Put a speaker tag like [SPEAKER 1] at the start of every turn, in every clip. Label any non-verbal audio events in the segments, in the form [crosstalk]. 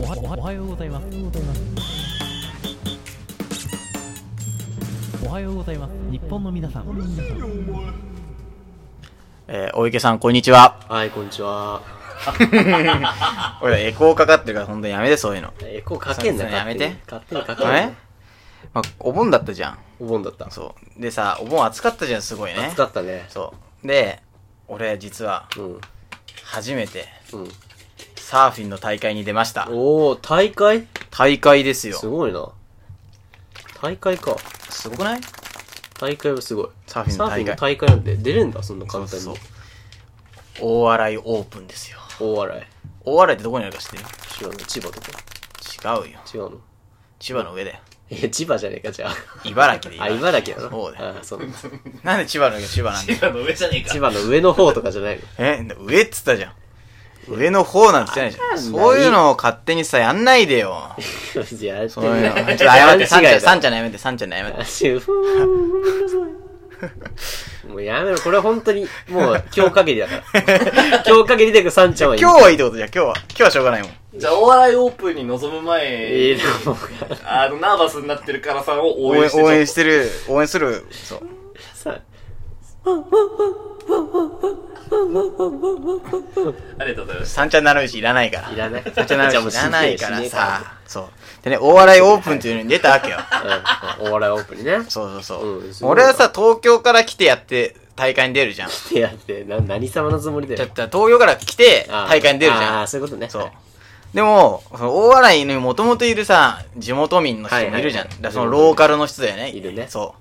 [SPEAKER 1] おはおはようございます。おはようございます。日本の皆さん。
[SPEAKER 2] えー、大池さん、こんにちは。
[SPEAKER 3] はい、こんにちは。
[SPEAKER 2] 俺らエコーかかってるから、本当にやめて、そういうの。
[SPEAKER 3] エコーかけんな、
[SPEAKER 2] そうそうやめて
[SPEAKER 3] 勝手に勝手にかけん
[SPEAKER 2] え
[SPEAKER 3] な。
[SPEAKER 2] まあ、お盆だったじゃん。
[SPEAKER 3] お盆だった。
[SPEAKER 2] そう。でさ、お盆暑かったじゃん、すごいね。
[SPEAKER 3] 暑かったね。
[SPEAKER 2] そう。で、俺、実は、
[SPEAKER 3] うん。
[SPEAKER 2] 初めて、
[SPEAKER 3] うん。
[SPEAKER 2] サーフィンの大会に出ました。
[SPEAKER 3] おー、大会
[SPEAKER 2] 大会ですよ
[SPEAKER 3] す。ごいな。大会か。
[SPEAKER 2] すごくない
[SPEAKER 3] 大会はすごい。
[SPEAKER 2] サーフィンの大会
[SPEAKER 3] 大会なんて出れんだ、そんな
[SPEAKER 2] そ
[SPEAKER 3] 簡
[SPEAKER 2] う
[SPEAKER 3] 単
[SPEAKER 2] そう
[SPEAKER 3] に。。
[SPEAKER 2] 大洗オープンですよ。
[SPEAKER 3] 大洗い。
[SPEAKER 2] 大洗ってどこにあるか知ってる
[SPEAKER 3] 知らない。千葉とか。
[SPEAKER 2] 違うよ。
[SPEAKER 3] 違うの
[SPEAKER 2] 千葉の上だよ。
[SPEAKER 3] え、千葉じゃねえか、じゃあ。
[SPEAKER 2] 茨城で
[SPEAKER 3] あ、茨城やな。
[SPEAKER 2] そうだよ。
[SPEAKER 3] あそうなんだ
[SPEAKER 2] なんで千葉の上が千葉なん [laughs] だよ。
[SPEAKER 1] の上じゃねえ
[SPEAKER 3] 千葉の上の方とかじゃないの。
[SPEAKER 2] え、上っつったじゃん。上の方なんて言ってないじゃん。
[SPEAKER 3] あ
[SPEAKER 2] そういうのを勝手にさ、やんないでよ。
[SPEAKER 3] [laughs] いや、やって
[SPEAKER 2] そういうの。ちょっと
[SPEAKER 3] ん
[SPEAKER 2] 謝って、サンちゃん、サン
[SPEAKER 3] ち
[SPEAKER 2] ちゃんのやめて、サンちゃんのやめて。
[SPEAKER 3] [laughs] もうやめろ、これは本当に、もう今日限りだから。 [laughs] 今日限りで、サンちゃんは
[SPEAKER 2] 今日はいいってことじゃん、今日は。今日はしょうがないもん。
[SPEAKER 1] じゃあ、お笑いオープンに臨む
[SPEAKER 3] ええ
[SPEAKER 1] 前、
[SPEAKER 3] な、もう、
[SPEAKER 1] あの、ナーバスになってるからさんを
[SPEAKER 2] 応
[SPEAKER 1] 応
[SPEAKER 2] 援
[SPEAKER 1] 援して。
[SPEAKER 2] 応援してる、応援する。そう。
[SPEAKER 3] さ、
[SPEAKER 1] ありがとうございます。
[SPEAKER 2] サンちゃん習うしいらないから。
[SPEAKER 3] いらない。
[SPEAKER 2] サンちゃん習うしい
[SPEAKER 3] じゃあ
[SPEAKER 2] ら
[SPEAKER 3] もう死ね
[SPEAKER 2] ない
[SPEAKER 3] え
[SPEAKER 2] から
[SPEAKER 3] 死ねえ
[SPEAKER 2] さ。そう。でね、大笑いオープンっていうのに出たわけよ。 [laughs]
[SPEAKER 3] らうん、お笑いオープンにね。。
[SPEAKER 2] そうそうそううん
[SPEAKER 3] すごい
[SPEAKER 2] 俺はさ、東京から来てやって、大会に出るじゃん。
[SPEAKER 3] いやって、な、何様のつもりだ
[SPEAKER 2] だ
[SPEAKER 3] よ
[SPEAKER 2] っ。たら東京から来て、
[SPEAKER 3] あー
[SPEAKER 2] 大会に出るじ
[SPEAKER 3] あ
[SPEAKER 2] ゃ
[SPEAKER 3] あ、
[SPEAKER 2] ん。
[SPEAKER 3] そういうことね。
[SPEAKER 2] そ
[SPEAKER 3] は
[SPEAKER 2] う
[SPEAKER 3] い。。
[SPEAKER 2] でも、その大洗にもともといるさ、地元民の人もいるじゃん。
[SPEAKER 3] はいはいはい
[SPEAKER 2] だからそのローカルの人だよね。
[SPEAKER 3] いるね
[SPEAKER 2] そ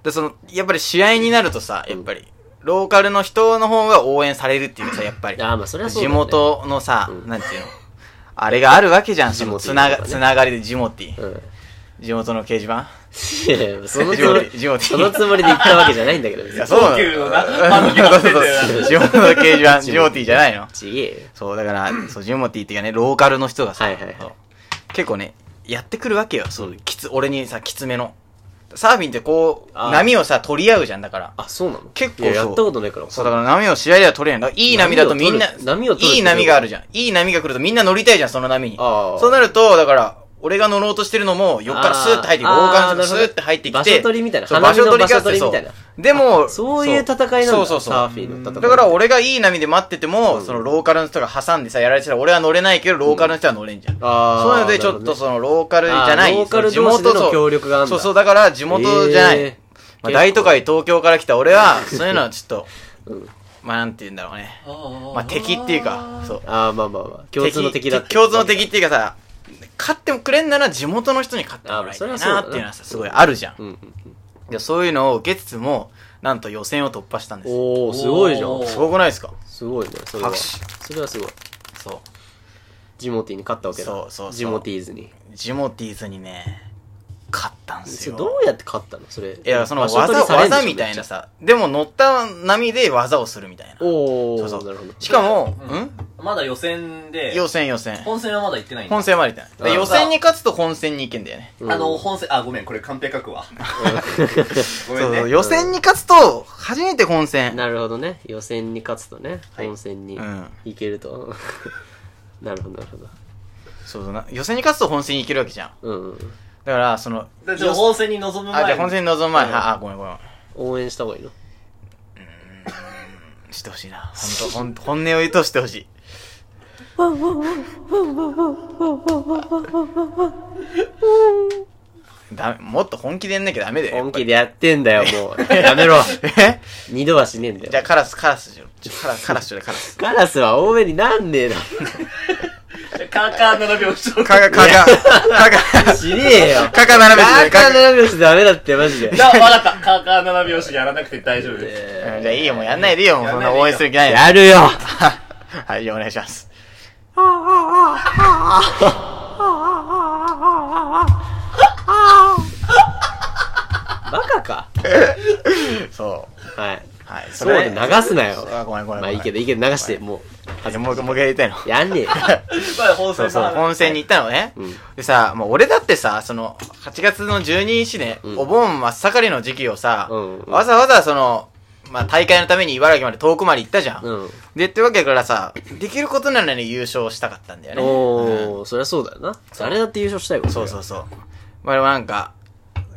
[SPEAKER 2] う。で、その、やっぱり試合になるとさ、やっぱり、ローカルの人の方が応援されるっていうかさ、やっぱり。
[SPEAKER 3] あーまあそれはそうだ
[SPEAKER 2] 地
[SPEAKER 3] よね
[SPEAKER 2] 元のさ、
[SPEAKER 3] うん
[SPEAKER 2] なんていうの。あれがあるわけじゃん、そ
[SPEAKER 3] ジ
[SPEAKER 2] の
[SPEAKER 3] モティー
[SPEAKER 2] つなが、
[SPEAKER 3] とかね
[SPEAKER 2] つながりでジモティ。
[SPEAKER 3] うん。
[SPEAKER 2] 地元の掲示
[SPEAKER 3] [laughs]
[SPEAKER 2] 板
[SPEAKER 3] いやいやそのつ
[SPEAKER 2] ジモ
[SPEAKER 3] も
[SPEAKER 2] ティ。
[SPEAKER 3] り、
[SPEAKER 2] ジモティ。
[SPEAKER 3] そのつもりで言ったわけじゃないんだけど、別
[SPEAKER 2] い
[SPEAKER 3] に
[SPEAKER 2] や、。そうなの。
[SPEAKER 1] 東急のな、あ
[SPEAKER 2] そ
[SPEAKER 1] の、
[SPEAKER 2] うそう
[SPEAKER 1] てんだよな
[SPEAKER 2] そう。 [laughs] 地元の掲示板、ジモティじゃないの
[SPEAKER 3] ちげえよ。
[SPEAKER 2] そう、だ
[SPEAKER 3] [clears throat]
[SPEAKER 2] から、そう、ジモティっていうかね、ローカルの人がさ、
[SPEAKER 3] はいはいはい
[SPEAKER 2] そう結構ね、やってくるわけよ。そう、きつ、俺にさ、きつめの。サーフィンってこう、
[SPEAKER 3] あー
[SPEAKER 2] 波をさ、取り合うじゃん、だから。
[SPEAKER 3] あ、そうなの
[SPEAKER 2] 結構
[SPEAKER 3] いやや
[SPEAKER 2] そう
[SPEAKER 3] ったことないから。
[SPEAKER 2] そう、だから波を試合では取れないんだ。いい波だとみんな、
[SPEAKER 3] 波を取る
[SPEAKER 2] いい波があるじゃん。いい波が来るとみんな乗りたいじゃん、その波に。
[SPEAKER 3] あー
[SPEAKER 2] そうなると、だから、俺が乗ろうとしてるのも、横からスーッと入ってくる。
[SPEAKER 3] あー
[SPEAKER 2] 大川の
[SPEAKER 3] あー
[SPEAKER 2] 人がスーッと入ってきて。
[SPEAKER 3] なるほど場所取りみたいな
[SPEAKER 2] そう
[SPEAKER 3] 花見の
[SPEAKER 2] があって
[SPEAKER 3] 場所取りみたいな
[SPEAKER 2] そうでも、
[SPEAKER 3] そういう戦いなんだ。
[SPEAKER 2] そうそうそう。
[SPEAKER 3] サーフィンの戦い。
[SPEAKER 2] だから、俺がいい波で待ってても、そのローカルの人が挟んでさ、やられてたら俺は乗れないけど、ローカルの人は乗れんじゃん。
[SPEAKER 3] あー
[SPEAKER 2] そういうので、ちょっとそのローカルじゃない、
[SPEAKER 3] あーローカル同士での
[SPEAKER 2] 地元
[SPEAKER 3] 協力があんだ
[SPEAKER 2] そうそう、だから地元じゃない。
[SPEAKER 3] え
[SPEAKER 2] まあ、
[SPEAKER 3] ー結構
[SPEAKER 2] 大都会東京から来た俺は、そういうのはちょっと、
[SPEAKER 3] うん
[SPEAKER 2] まあなんて言うんだろうね。
[SPEAKER 1] あ
[SPEAKER 2] まあ敵っていうか、そう。
[SPEAKER 3] ああ、まあまあまあ。共通の敵だって。
[SPEAKER 2] 共通の敵っていうかさ、勝ってもくれんなら地元の人に勝ってもらいたい
[SPEAKER 3] あーまあそれ
[SPEAKER 2] な
[SPEAKER 3] はそうだ
[SPEAKER 2] っ
[SPEAKER 3] な
[SPEAKER 2] ていうのはさ、すごいあるじゃん。
[SPEAKER 3] うんうんうん。
[SPEAKER 2] でそういうのを受けつつも、なんと予選を突破したんですよ。
[SPEAKER 3] おー、すごいじゃん
[SPEAKER 1] おー。
[SPEAKER 2] すごくないですか
[SPEAKER 3] すごいね、それは。
[SPEAKER 2] 拍手
[SPEAKER 3] それはすごい。
[SPEAKER 2] そう。
[SPEAKER 3] ジモティーに勝ったわけだ。
[SPEAKER 2] そうそうそう
[SPEAKER 3] ジモティーズに。
[SPEAKER 2] ジモティーズにね、勝ったんです
[SPEAKER 3] それ
[SPEAKER 2] よ。
[SPEAKER 3] どうやって勝ったのそれ。
[SPEAKER 2] いや、その
[SPEAKER 3] 場所取
[SPEAKER 2] 技、
[SPEAKER 3] りされんでしょ
[SPEAKER 2] 技みたいな。さ。でも乗った波で技をするみたいな。
[SPEAKER 3] めっちゃお
[SPEAKER 2] そう
[SPEAKER 3] ー、
[SPEAKER 2] そう
[SPEAKER 3] なるほど。
[SPEAKER 2] しかも、
[SPEAKER 1] うん
[SPEAKER 2] ん
[SPEAKER 1] まだ予選で、
[SPEAKER 2] 予選予選。
[SPEAKER 1] 本戦はまだ行ってないんだ
[SPEAKER 2] 本戦まで行ってない。
[SPEAKER 3] う
[SPEAKER 2] で
[SPEAKER 3] ん
[SPEAKER 2] 予選に勝つと本戦に行けんだよね。
[SPEAKER 3] うん
[SPEAKER 1] あの、本戦、あ、ごめん、これカンペ書くわ。
[SPEAKER 3] [laughs]
[SPEAKER 2] そう
[SPEAKER 1] ごめ
[SPEAKER 2] そ
[SPEAKER 1] ん
[SPEAKER 2] う、
[SPEAKER 1] ね。
[SPEAKER 2] 予選に勝つと、初めて本戦。
[SPEAKER 3] なるほどね。予選に勝つとね、
[SPEAKER 2] はい
[SPEAKER 3] 本戦に
[SPEAKER 2] うん
[SPEAKER 3] 行けると。 [laughs] なるほど、なるほど。
[SPEAKER 2] そうそうな。予選に勝つと本戦に行けるわけじゃん。
[SPEAKER 3] うんうん。
[SPEAKER 2] だから、その、
[SPEAKER 1] でじゃあ本戦に臨む前
[SPEAKER 2] あ、
[SPEAKER 1] に。
[SPEAKER 2] じゃあ本戦に臨む前、
[SPEAKER 3] うん
[SPEAKER 2] あ、あごめんごめん。
[SPEAKER 3] 応援した方がいいの
[SPEAKER 2] してほしいな。本当ほんと、本音を言うとしてほしい。ダメ、もっと本気でやんなきゃダメだよ。
[SPEAKER 3] 本気でやってんだよ、も
[SPEAKER 2] [laughs]
[SPEAKER 3] う。やめろ。
[SPEAKER 2] え
[SPEAKER 3] 二度はしねえんだ
[SPEAKER 2] じゃあ
[SPEAKER 3] よ。
[SPEAKER 2] カラス、カラスしろ。ちょカラス、カラスしろ、カラス。
[SPEAKER 3] カラスは多めになんねえだ
[SPEAKER 1] カーカー並びをしと
[SPEAKER 2] カが、カが、カが、
[SPEAKER 3] ろ。しね
[SPEAKER 2] [laughs]
[SPEAKER 3] えよ。
[SPEAKER 2] カが並べて
[SPEAKER 3] カ
[SPEAKER 2] る。
[SPEAKER 3] ー
[SPEAKER 2] カ
[SPEAKER 3] カ
[SPEAKER 2] が
[SPEAKER 3] ー並拍子ダメだって、マジで。
[SPEAKER 1] だ、わかった。カーカー並びをしやらなくて大丈夫です。
[SPEAKER 2] うんじゃあいいよ、もうやんないでいいよ、もうそんな応援する気ないよ。
[SPEAKER 3] やるよ
[SPEAKER 2] [laughs] はい、じゃあお願いします。
[SPEAKER 3] バカか。
[SPEAKER 2] そう。
[SPEAKER 3] はい。
[SPEAKER 2] はい、
[SPEAKER 3] そうで流すなよ。
[SPEAKER 2] あ、ごめんごめん。
[SPEAKER 3] まあいいけ
[SPEAKER 2] ど。
[SPEAKER 3] ど、いいけど流して、も
[SPEAKER 2] あ、じゃあもう一回、もう一回言いたいの。
[SPEAKER 3] う。やん
[SPEAKER 2] [laughs]
[SPEAKER 3] ねえよ。
[SPEAKER 1] まあ本戦
[SPEAKER 2] そう
[SPEAKER 1] の
[SPEAKER 2] そう、
[SPEAKER 1] 話
[SPEAKER 2] 本戦に行ったのね。
[SPEAKER 3] うん
[SPEAKER 2] でさ、もう俺だってさ、その、8月の12日ね、
[SPEAKER 3] うん
[SPEAKER 2] お盆真っ盛りの時期をさ、
[SPEAKER 3] うんうん
[SPEAKER 2] わざわざその、まあ大会のために茨城まで遠くまで行ったじゃん。
[SPEAKER 3] うん。
[SPEAKER 2] で、ってわけだからさ、できることなのに優勝したかったんだよね。
[SPEAKER 3] おー、そりゃそうだよな。
[SPEAKER 2] そう
[SPEAKER 3] 誰だって優勝したいわ。。
[SPEAKER 2] そうそううそう。まあでもなんか、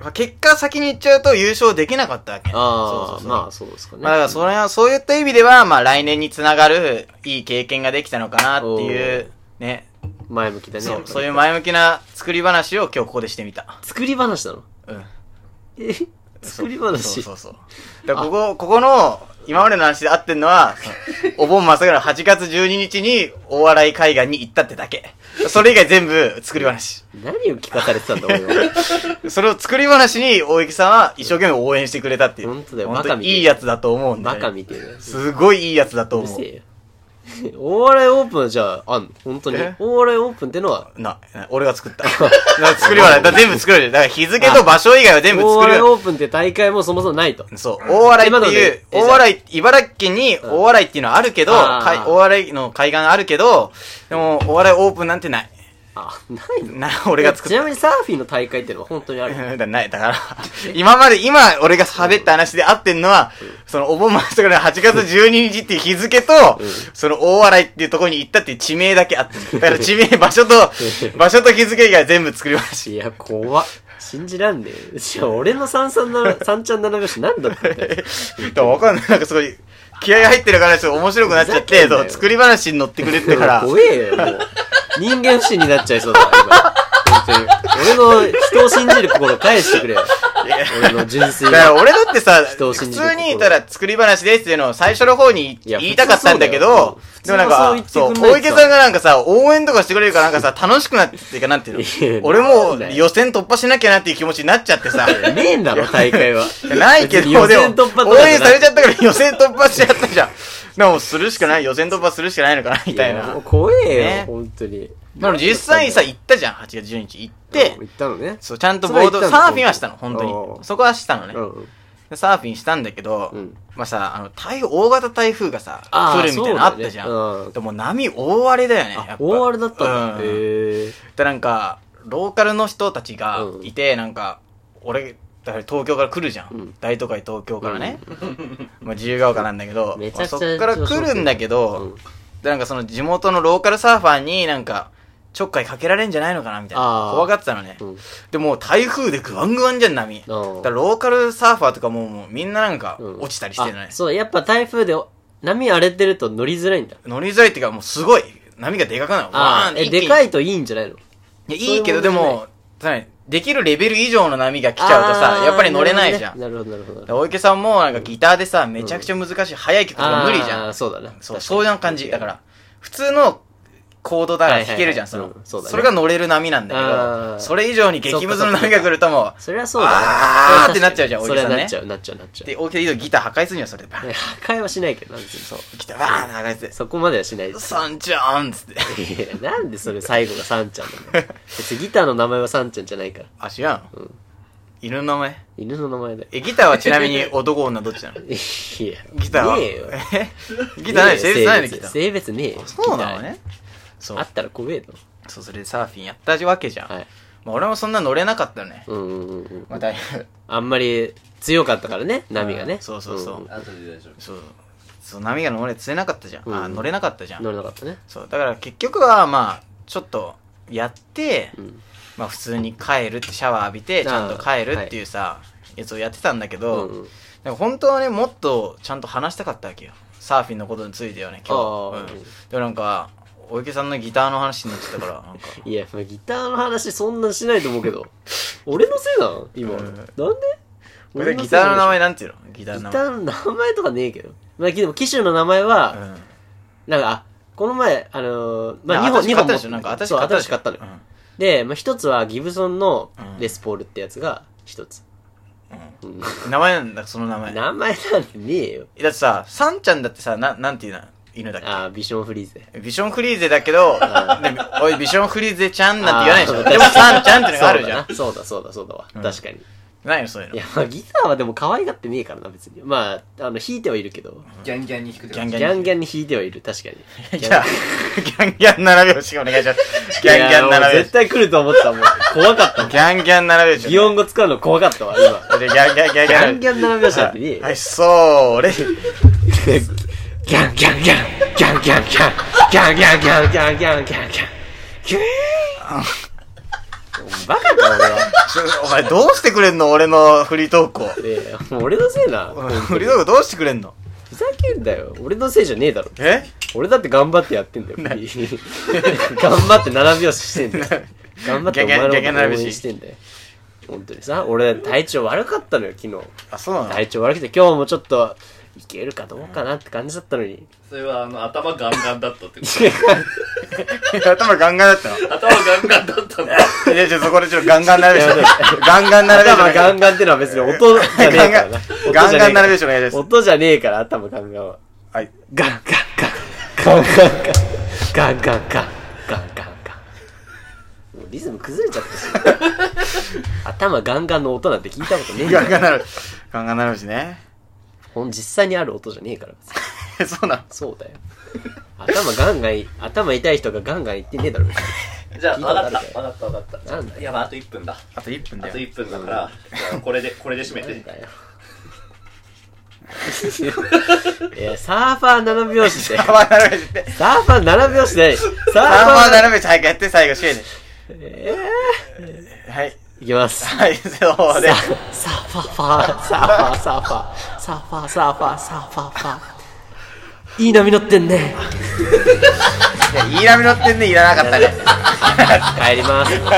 [SPEAKER 2] まあ結果先に行っちゃうと優勝できなかったわけね。
[SPEAKER 3] あ
[SPEAKER 2] そうそうそう
[SPEAKER 3] あ、まあそうですかね。
[SPEAKER 2] まあだからそれは、そういった意味では、まあ来年につながるいい経験ができたのかなっていう、ね。
[SPEAKER 3] 前向きだね。
[SPEAKER 2] そ
[SPEAKER 3] やっぱ
[SPEAKER 2] う、
[SPEAKER 3] り
[SPEAKER 2] そういう前向きな作り話を今日ここでしてみた。
[SPEAKER 3] 作り話なの
[SPEAKER 2] うん。
[SPEAKER 3] え作り話
[SPEAKER 2] そうそうそう。だからここ、ここの、今までの話で合ってんのは、お盆まさぐら8月12日に大洗海岸に行ったってだけ。それ以外全部作り話。
[SPEAKER 3] 何を聞かされてたんだ、俺は。
[SPEAKER 2] [laughs] それを作り話に大木さんは一生懸命応援してくれたっていう。
[SPEAKER 3] 本当だよ
[SPEAKER 2] 本
[SPEAKER 3] バカ
[SPEAKER 2] に
[SPEAKER 3] みてえ
[SPEAKER 2] いいやつだと思うんだ
[SPEAKER 3] バ
[SPEAKER 2] よ、
[SPEAKER 3] カみてえな。
[SPEAKER 2] すごいいいやつだと
[SPEAKER 3] うる
[SPEAKER 2] 思う。
[SPEAKER 3] せえよ。 [laughs] 大笑いオープンはじゃあ、あんの本当に
[SPEAKER 2] え。
[SPEAKER 3] 大笑いオープンってのは、
[SPEAKER 2] な、な俺が
[SPEAKER 3] [laughs]
[SPEAKER 2] 作った。な作り話、だ全部作るよ。だから日付と場所以外は全
[SPEAKER 3] 大
[SPEAKER 2] 部作る
[SPEAKER 3] 笑い
[SPEAKER 2] よ。
[SPEAKER 3] オープンって大会もそもそもないと。
[SPEAKER 2] そう、大洗って
[SPEAKER 3] 今の
[SPEAKER 2] いう
[SPEAKER 3] で、え
[SPEAKER 2] 大洗、茨城県に大洗っていうのはあるけど、
[SPEAKER 3] あ
[SPEAKER 2] 海
[SPEAKER 3] ー
[SPEAKER 2] 大洗の海岸あるけど、でも大洗オープンなんてない。
[SPEAKER 3] あ、ないの [laughs]
[SPEAKER 2] な、俺が作
[SPEAKER 3] ち
[SPEAKER 2] っ
[SPEAKER 3] なみにサーフィンの大会ってのは本当にある。
[SPEAKER 2] た。 [laughs] だない、だから、今まで、今、俺が喋った話で合ってんのは、その、お盆祭りの8月12日っていう日付と、その、大洗っていうところに行ったっていう地名だけ合って
[SPEAKER 3] [laughs]
[SPEAKER 2] る。だから地名、場所と、場所と日付以外は全部作りま
[SPEAKER 3] [laughs]
[SPEAKER 2] した。
[SPEAKER 3] いや、怖っ。信じらんねえ。じゃあ、俺の三三七、三ちゃん七拍子なんだったんだ
[SPEAKER 2] だ
[SPEAKER 3] よ。
[SPEAKER 2] からわかんない。なんかすごい、気合入ってるから、ちょっと面白くなっちゃっ
[SPEAKER 3] ふざけ
[SPEAKER 2] て、
[SPEAKER 3] んなよ
[SPEAKER 2] そう作り話に乗ってくれて
[SPEAKER 3] [laughs]
[SPEAKER 2] から、
[SPEAKER 3] 怖えよ、もう。人間不信になっちゃいそうだわ、今。本当に。俺の人を信じる心返してくれよ。俺の純粋
[SPEAKER 2] だから
[SPEAKER 3] な。
[SPEAKER 2] 俺だってさ、
[SPEAKER 3] 人を
[SPEAKER 2] 普
[SPEAKER 3] 信じる心
[SPEAKER 2] 通にたら作り話ですっていうのを最初の方に
[SPEAKER 3] いや
[SPEAKER 2] 言いたかったんだけど、
[SPEAKER 3] 普
[SPEAKER 2] でも
[SPEAKER 3] 通は
[SPEAKER 2] なん
[SPEAKER 3] そう
[SPEAKER 2] か
[SPEAKER 3] よ、普通
[SPEAKER 2] そ
[SPEAKER 3] はそう
[SPEAKER 2] う、
[SPEAKER 3] 言ってくんないとさ
[SPEAKER 2] 大池さんがなんかさ、応援とかしてくれるからなんかさ、楽しくなってっていうか、なんて
[SPEAKER 3] い
[SPEAKER 2] いう
[SPEAKER 3] や
[SPEAKER 2] の俺
[SPEAKER 3] な
[SPEAKER 2] も
[SPEAKER 3] んだよ
[SPEAKER 2] 予選突破しなきゃなっていう気持ちになっちゃって
[SPEAKER 3] [laughs]
[SPEAKER 2] さ、
[SPEAKER 3] ねえんだろ、大会は。
[SPEAKER 2] ないけ
[SPEAKER 3] 別
[SPEAKER 2] ど、
[SPEAKER 3] に予
[SPEAKER 2] でも
[SPEAKER 3] 選突破、と
[SPEAKER 2] 応
[SPEAKER 3] か
[SPEAKER 2] 援
[SPEAKER 3] じゃな
[SPEAKER 2] さ
[SPEAKER 3] い
[SPEAKER 2] れちゃったから予選突破しちゃったじゃん。でも、するしかない、予選突破するしかないのかな、みたい
[SPEAKER 3] やも
[SPEAKER 2] な
[SPEAKER 3] う。怖え
[SPEAKER 2] ね
[SPEAKER 3] よ、本当に。
[SPEAKER 2] でも実際にさ、行ったじゃん、8月12日行って、
[SPEAKER 3] 行ったのね。
[SPEAKER 2] そう、ちゃんとボード、
[SPEAKER 3] それは行ったの
[SPEAKER 2] サーフィンはしたの、本当
[SPEAKER 3] お
[SPEAKER 2] に。
[SPEAKER 3] う
[SPEAKER 2] そこはしたのね。
[SPEAKER 3] うん。
[SPEAKER 2] でサーフィンしたんだけど、
[SPEAKER 3] うん
[SPEAKER 2] まあさ、あの、台風、大型台風がさ、
[SPEAKER 3] あー
[SPEAKER 2] 来るみたいなのあったじゃ
[SPEAKER 3] そうだね
[SPEAKER 2] ん。
[SPEAKER 3] うん
[SPEAKER 2] でも波大荒れだよね、やっ
[SPEAKER 3] あ
[SPEAKER 2] ぱ。、
[SPEAKER 3] 大荒れだったん
[SPEAKER 2] う
[SPEAKER 3] だ。
[SPEAKER 2] ん
[SPEAKER 3] へえ。
[SPEAKER 2] で、なんか、ローカルの人たちが
[SPEAKER 3] うん
[SPEAKER 2] いて、なんか、俺、だから東京から来るじゃん。
[SPEAKER 3] うん
[SPEAKER 2] 大都会東京からね。 [laughs] まあ自由が丘なんだけど、
[SPEAKER 3] めち
[SPEAKER 2] まあ
[SPEAKER 3] ゃくち
[SPEAKER 2] そ
[SPEAKER 3] ゃ
[SPEAKER 2] っから来るんだけど、
[SPEAKER 3] うん
[SPEAKER 2] でなんかその地元のローカルサーファーになんか、ちょっかいかけられんじゃないのかなみたいな
[SPEAKER 3] あ。ー
[SPEAKER 2] 怖がってたのね。
[SPEAKER 3] うん
[SPEAKER 2] でもう台風でグワングワンじゃん、波。だ
[SPEAKER 3] ー
[SPEAKER 2] からローカルサーファーとかももうみんななんか
[SPEAKER 3] うん
[SPEAKER 2] 落ちたりしてるのね
[SPEAKER 3] あ。そう、やっぱ台風でお波荒れてると乗りづらいんだ。
[SPEAKER 2] 乗りづらいっていうかもうすごい、波がでかくなる。
[SPEAKER 3] ああ、え、でか
[SPEAKER 2] い。
[SPEAKER 3] いといいんじゃないの
[SPEAKER 2] いやいいけどで
[SPEAKER 3] そういうも
[SPEAKER 2] も、さらにできるレベル以上の波が来ちゃうとさ、
[SPEAKER 3] あー
[SPEAKER 2] やっぱり乗れないじゃん。だか
[SPEAKER 3] なるほどね、なるほどなる
[SPEAKER 2] ら大池さんもなんかギターでさ、めちゃくちゃ難しい、速い曲と
[SPEAKER 3] ほど。
[SPEAKER 2] か無理じゃん
[SPEAKER 3] あー。そうだ
[SPEAKER 2] そ
[SPEAKER 3] な。
[SPEAKER 2] う、
[SPEAKER 3] 確かに
[SPEAKER 2] そういう感じ。だから、普通のコードだから弾けるじゃん、
[SPEAKER 3] はいはいはいうん
[SPEAKER 2] そ
[SPEAKER 3] そう
[SPEAKER 2] の、
[SPEAKER 3] だね
[SPEAKER 2] それが乗れる波なんだけ
[SPEAKER 3] あ
[SPEAKER 2] ど、
[SPEAKER 3] ー
[SPEAKER 2] それ以上に激ムズの波が来るともう、
[SPEAKER 3] そりゃそうだね。
[SPEAKER 2] あー
[SPEAKER 3] それは確かに
[SPEAKER 2] ってなっちゃうじゃん
[SPEAKER 3] それは
[SPEAKER 2] おじさんね
[SPEAKER 3] なっちゃう、なっちゃう、なっちゃ
[SPEAKER 2] で、大きなギター破壊するにはそれで、バ
[SPEAKER 3] う。
[SPEAKER 2] ーン
[SPEAKER 3] ね破壊はしないけど、なんでそ
[SPEAKER 2] そう、ギターバーン破壊して、
[SPEAKER 3] そこまではしないです。
[SPEAKER 2] サンちゃんっつって。
[SPEAKER 3] いやなんでそれ最後がサンちゃんなの別にギターの名前はサンちゃんじゃないから。
[SPEAKER 2] あ、違うの
[SPEAKER 3] うん
[SPEAKER 2] 犬の名前
[SPEAKER 3] 犬の名前だよ。
[SPEAKER 2] え、ギターはちなみに男女どっちなの
[SPEAKER 3] いや、
[SPEAKER 2] ギターは。
[SPEAKER 3] ねえよ。
[SPEAKER 2] え [laughs] ギターない性別ないのギター。
[SPEAKER 3] 性別ねえよ。
[SPEAKER 2] そうなのね。
[SPEAKER 3] ギター
[SPEAKER 2] そ
[SPEAKER 3] あ
[SPEAKER 2] う
[SPEAKER 3] っ。たら怖えだろ。
[SPEAKER 2] そう、それでサーフィンやったわけじゃん。
[SPEAKER 3] はい。
[SPEAKER 2] まあ俺もそんな乗れなかったよね。
[SPEAKER 3] うんうんうんうん。
[SPEAKER 2] まあ、だいぶ。
[SPEAKER 3] あんまり強かったからね、波がね。
[SPEAKER 2] そうそうそう。
[SPEAKER 1] あとで大丈夫
[SPEAKER 2] そうそう波が乗れ釣れなかったじゃん、
[SPEAKER 3] うん
[SPEAKER 2] あ乗れなかったじゃ
[SPEAKER 3] ん乗
[SPEAKER 2] ん
[SPEAKER 3] れなかったね。
[SPEAKER 2] そうだから結局はまあちょっとやって、
[SPEAKER 3] ん
[SPEAKER 2] まあ普通に帰るってシャワー浴びてちゃんと帰るっていうさ、やつをやってたんだけど、
[SPEAKER 3] うんうん
[SPEAKER 2] なんか本当はねもっとちゃんと話したかったわけよサーフィンのことについてよね今
[SPEAKER 3] あ
[SPEAKER 2] 日、
[SPEAKER 3] ー
[SPEAKER 2] うん、でもなんかお池さんのギターの話になっちゃったから
[SPEAKER 3] [laughs]
[SPEAKER 2] なんか
[SPEAKER 3] いや、まあギターの話そんなしないと思うけど。俺のせいなの今。
[SPEAKER 2] うん
[SPEAKER 3] なんで
[SPEAKER 2] 俺ギターの名前
[SPEAKER 3] な
[SPEAKER 2] なんていうのギター
[SPEAKER 3] ギタ
[SPEAKER 2] の名前
[SPEAKER 3] ーの名前とかねえけど。まあ、でも機種の名前は、
[SPEAKER 2] うん
[SPEAKER 3] なんか、あ、この前、あのーまあ、
[SPEAKER 2] なん
[SPEAKER 3] 2
[SPEAKER 2] か
[SPEAKER 3] 本、
[SPEAKER 2] 新し
[SPEAKER 3] 二
[SPEAKER 2] かった
[SPEAKER 3] 本持
[SPEAKER 2] で
[SPEAKER 3] っ
[SPEAKER 2] してょなんか新し
[SPEAKER 3] そう
[SPEAKER 2] かった
[SPEAKER 3] 新
[SPEAKER 2] で
[SPEAKER 3] し
[SPEAKER 2] しょ
[SPEAKER 3] かったのよ。
[SPEAKER 2] うん
[SPEAKER 3] で、まあ、一つはギブソンの
[SPEAKER 2] うん
[SPEAKER 3] レスポールってやつが一つ。うん
[SPEAKER 2] 名前なんだその名前だ
[SPEAKER 3] 名前なんてねえよ。
[SPEAKER 2] ってさサンちゃんだってさななんていうの犬だっけ
[SPEAKER 3] あー、ビションフリーゼ。
[SPEAKER 2] ビションフリーゼだけど、でおい、ビションフリーゼちゃんなんて言わないでしょ。
[SPEAKER 3] あー
[SPEAKER 2] でも、さんちゃんってのがあるじゃん。
[SPEAKER 3] そうだなそうだそうだそうだわ。確かに。
[SPEAKER 2] ないのそういうの
[SPEAKER 3] いや、まあ、ギターはでも可愛がってねえからな、別に。まあ、あの、弾いてはいるけど。
[SPEAKER 1] ギャンギャンに弾くって
[SPEAKER 2] ギャン
[SPEAKER 3] ギ
[SPEAKER 2] ギ
[SPEAKER 3] ャンギャンに弾いてはいる、確かに。
[SPEAKER 2] いや、ギャンギャン並拍子お願いします。ギャンギャン
[SPEAKER 3] いやもう
[SPEAKER 2] 並拍
[SPEAKER 3] 絶
[SPEAKER 2] 子。
[SPEAKER 3] 対来ると思ったもん。怖かったもん。
[SPEAKER 2] ギャンギャン並拍子。
[SPEAKER 3] 擬音語使うの怖かったわ、今。
[SPEAKER 2] じゃあギャンギャンギ
[SPEAKER 3] ギ
[SPEAKER 2] ャ
[SPEAKER 3] ャ
[SPEAKER 2] ンギ
[SPEAKER 3] ンギ
[SPEAKER 2] ャン。
[SPEAKER 3] ャン並べしたってね
[SPEAKER 2] はい、それ。
[SPEAKER 3] ギャンギャンギャン、ギャンギャンギャン、ギャンギャンギャンギャンギャンギャンギャン、ギュイーンバカだ俺は。
[SPEAKER 2] ちょお前どうしてくれんの俺のフリートークを。
[SPEAKER 3] ねえもう俺のせいな。
[SPEAKER 2] フリートークどうしてくれんの
[SPEAKER 3] ふざけんだよ。俺のせいじゃねえだろ。
[SPEAKER 2] え
[SPEAKER 3] 俺だって頑張ってやってんだよ。頑張って並拍子してんだよ。頑張ってお前のこと応援してんだよ。本当にさ、俺体調悪かったのよ、昨日。
[SPEAKER 2] あ、そうなの
[SPEAKER 3] 体調悪くて、今日もちょっと、いけるかどうかなって感じだったのに。
[SPEAKER 4] それはあの頭ガンガンだったってこ
[SPEAKER 2] [laughs] 頭ガンガンだったの
[SPEAKER 4] と頭ガンガンだったんだ
[SPEAKER 2] いや、ちょ、そこでちょっとガンガン並べ
[SPEAKER 3] い
[SPEAKER 2] し
[SPEAKER 3] や
[SPEAKER 2] ょ。ガンガン並べしょ。
[SPEAKER 3] 頭ガンガンってのは別に音じゃねえか
[SPEAKER 2] ガ
[SPEAKER 3] らな。
[SPEAKER 2] ンガンガンガン並べ
[SPEAKER 3] べ
[SPEAKER 2] しょお願いします。
[SPEAKER 3] 音じゃねえから、頭ガンガンは。
[SPEAKER 2] はい。
[SPEAKER 3] ガンガンガン。ガンガンガン。ガンガンガン。ガンガンガン。もうリズム崩れちゃった。頭ガンガンの音なんて聞いたことねえんだ
[SPEAKER 2] ガン
[SPEAKER 3] よ
[SPEAKER 2] ガン並べし。ガンガン並べしね。 [laughs]
[SPEAKER 3] ほん実際にある音じゃねえから。別に
[SPEAKER 2] え、そうなの
[SPEAKER 3] そうだよ。頭ガンガン、頭痛い人がガンガン言ってねえだろ。別に
[SPEAKER 4] じゃあ
[SPEAKER 3] 聞い
[SPEAKER 4] 分
[SPEAKER 3] たこと
[SPEAKER 4] か
[SPEAKER 3] あ
[SPEAKER 4] っ
[SPEAKER 3] る
[SPEAKER 4] た分かった分かった
[SPEAKER 3] なんだよ
[SPEAKER 4] やばいあと1分だ
[SPEAKER 2] あと1分
[SPEAKER 4] あ
[SPEAKER 2] だ
[SPEAKER 4] と
[SPEAKER 2] よ。
[SPEAKER 4] 1分だからじゃあこれでこれで締めて
[SPEAKER 3] [laughs] だよ。いや、サーファー7拍子で。
[SPEAKER 2] ガンガン並べして。
[SPEAKER 3] サーファー7拍子で。サーフ
[SPEAKER 2] ガンガン
[SPEAKER 3] ァー
[SPEAKER 2] 並べし、早くやって、最後、シェーで。
[SPEAKER 3] え
[SPEAKER 2] はい。
[SPEAKER 3] ーいきます。
[SPEAKER 2] はい、そうで
[SPEAKER 3] サ。サーファーファー、サーファーサーファー、サーファーサーファー、サーファーファー。いい波乗ってんね。
[SPEAKER 2] いや、いい波乗ってんね、いらなかったね。
[SPEAKER 3] 帰ります。本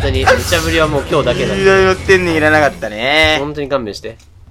[SPEAKER 3] 当に、無茶ぶりはもう今日だけだ
[SPEAKER 2] いい。波乗ってんね、いらなかったね。
[SPEAKER 3] 本当に勘弁して。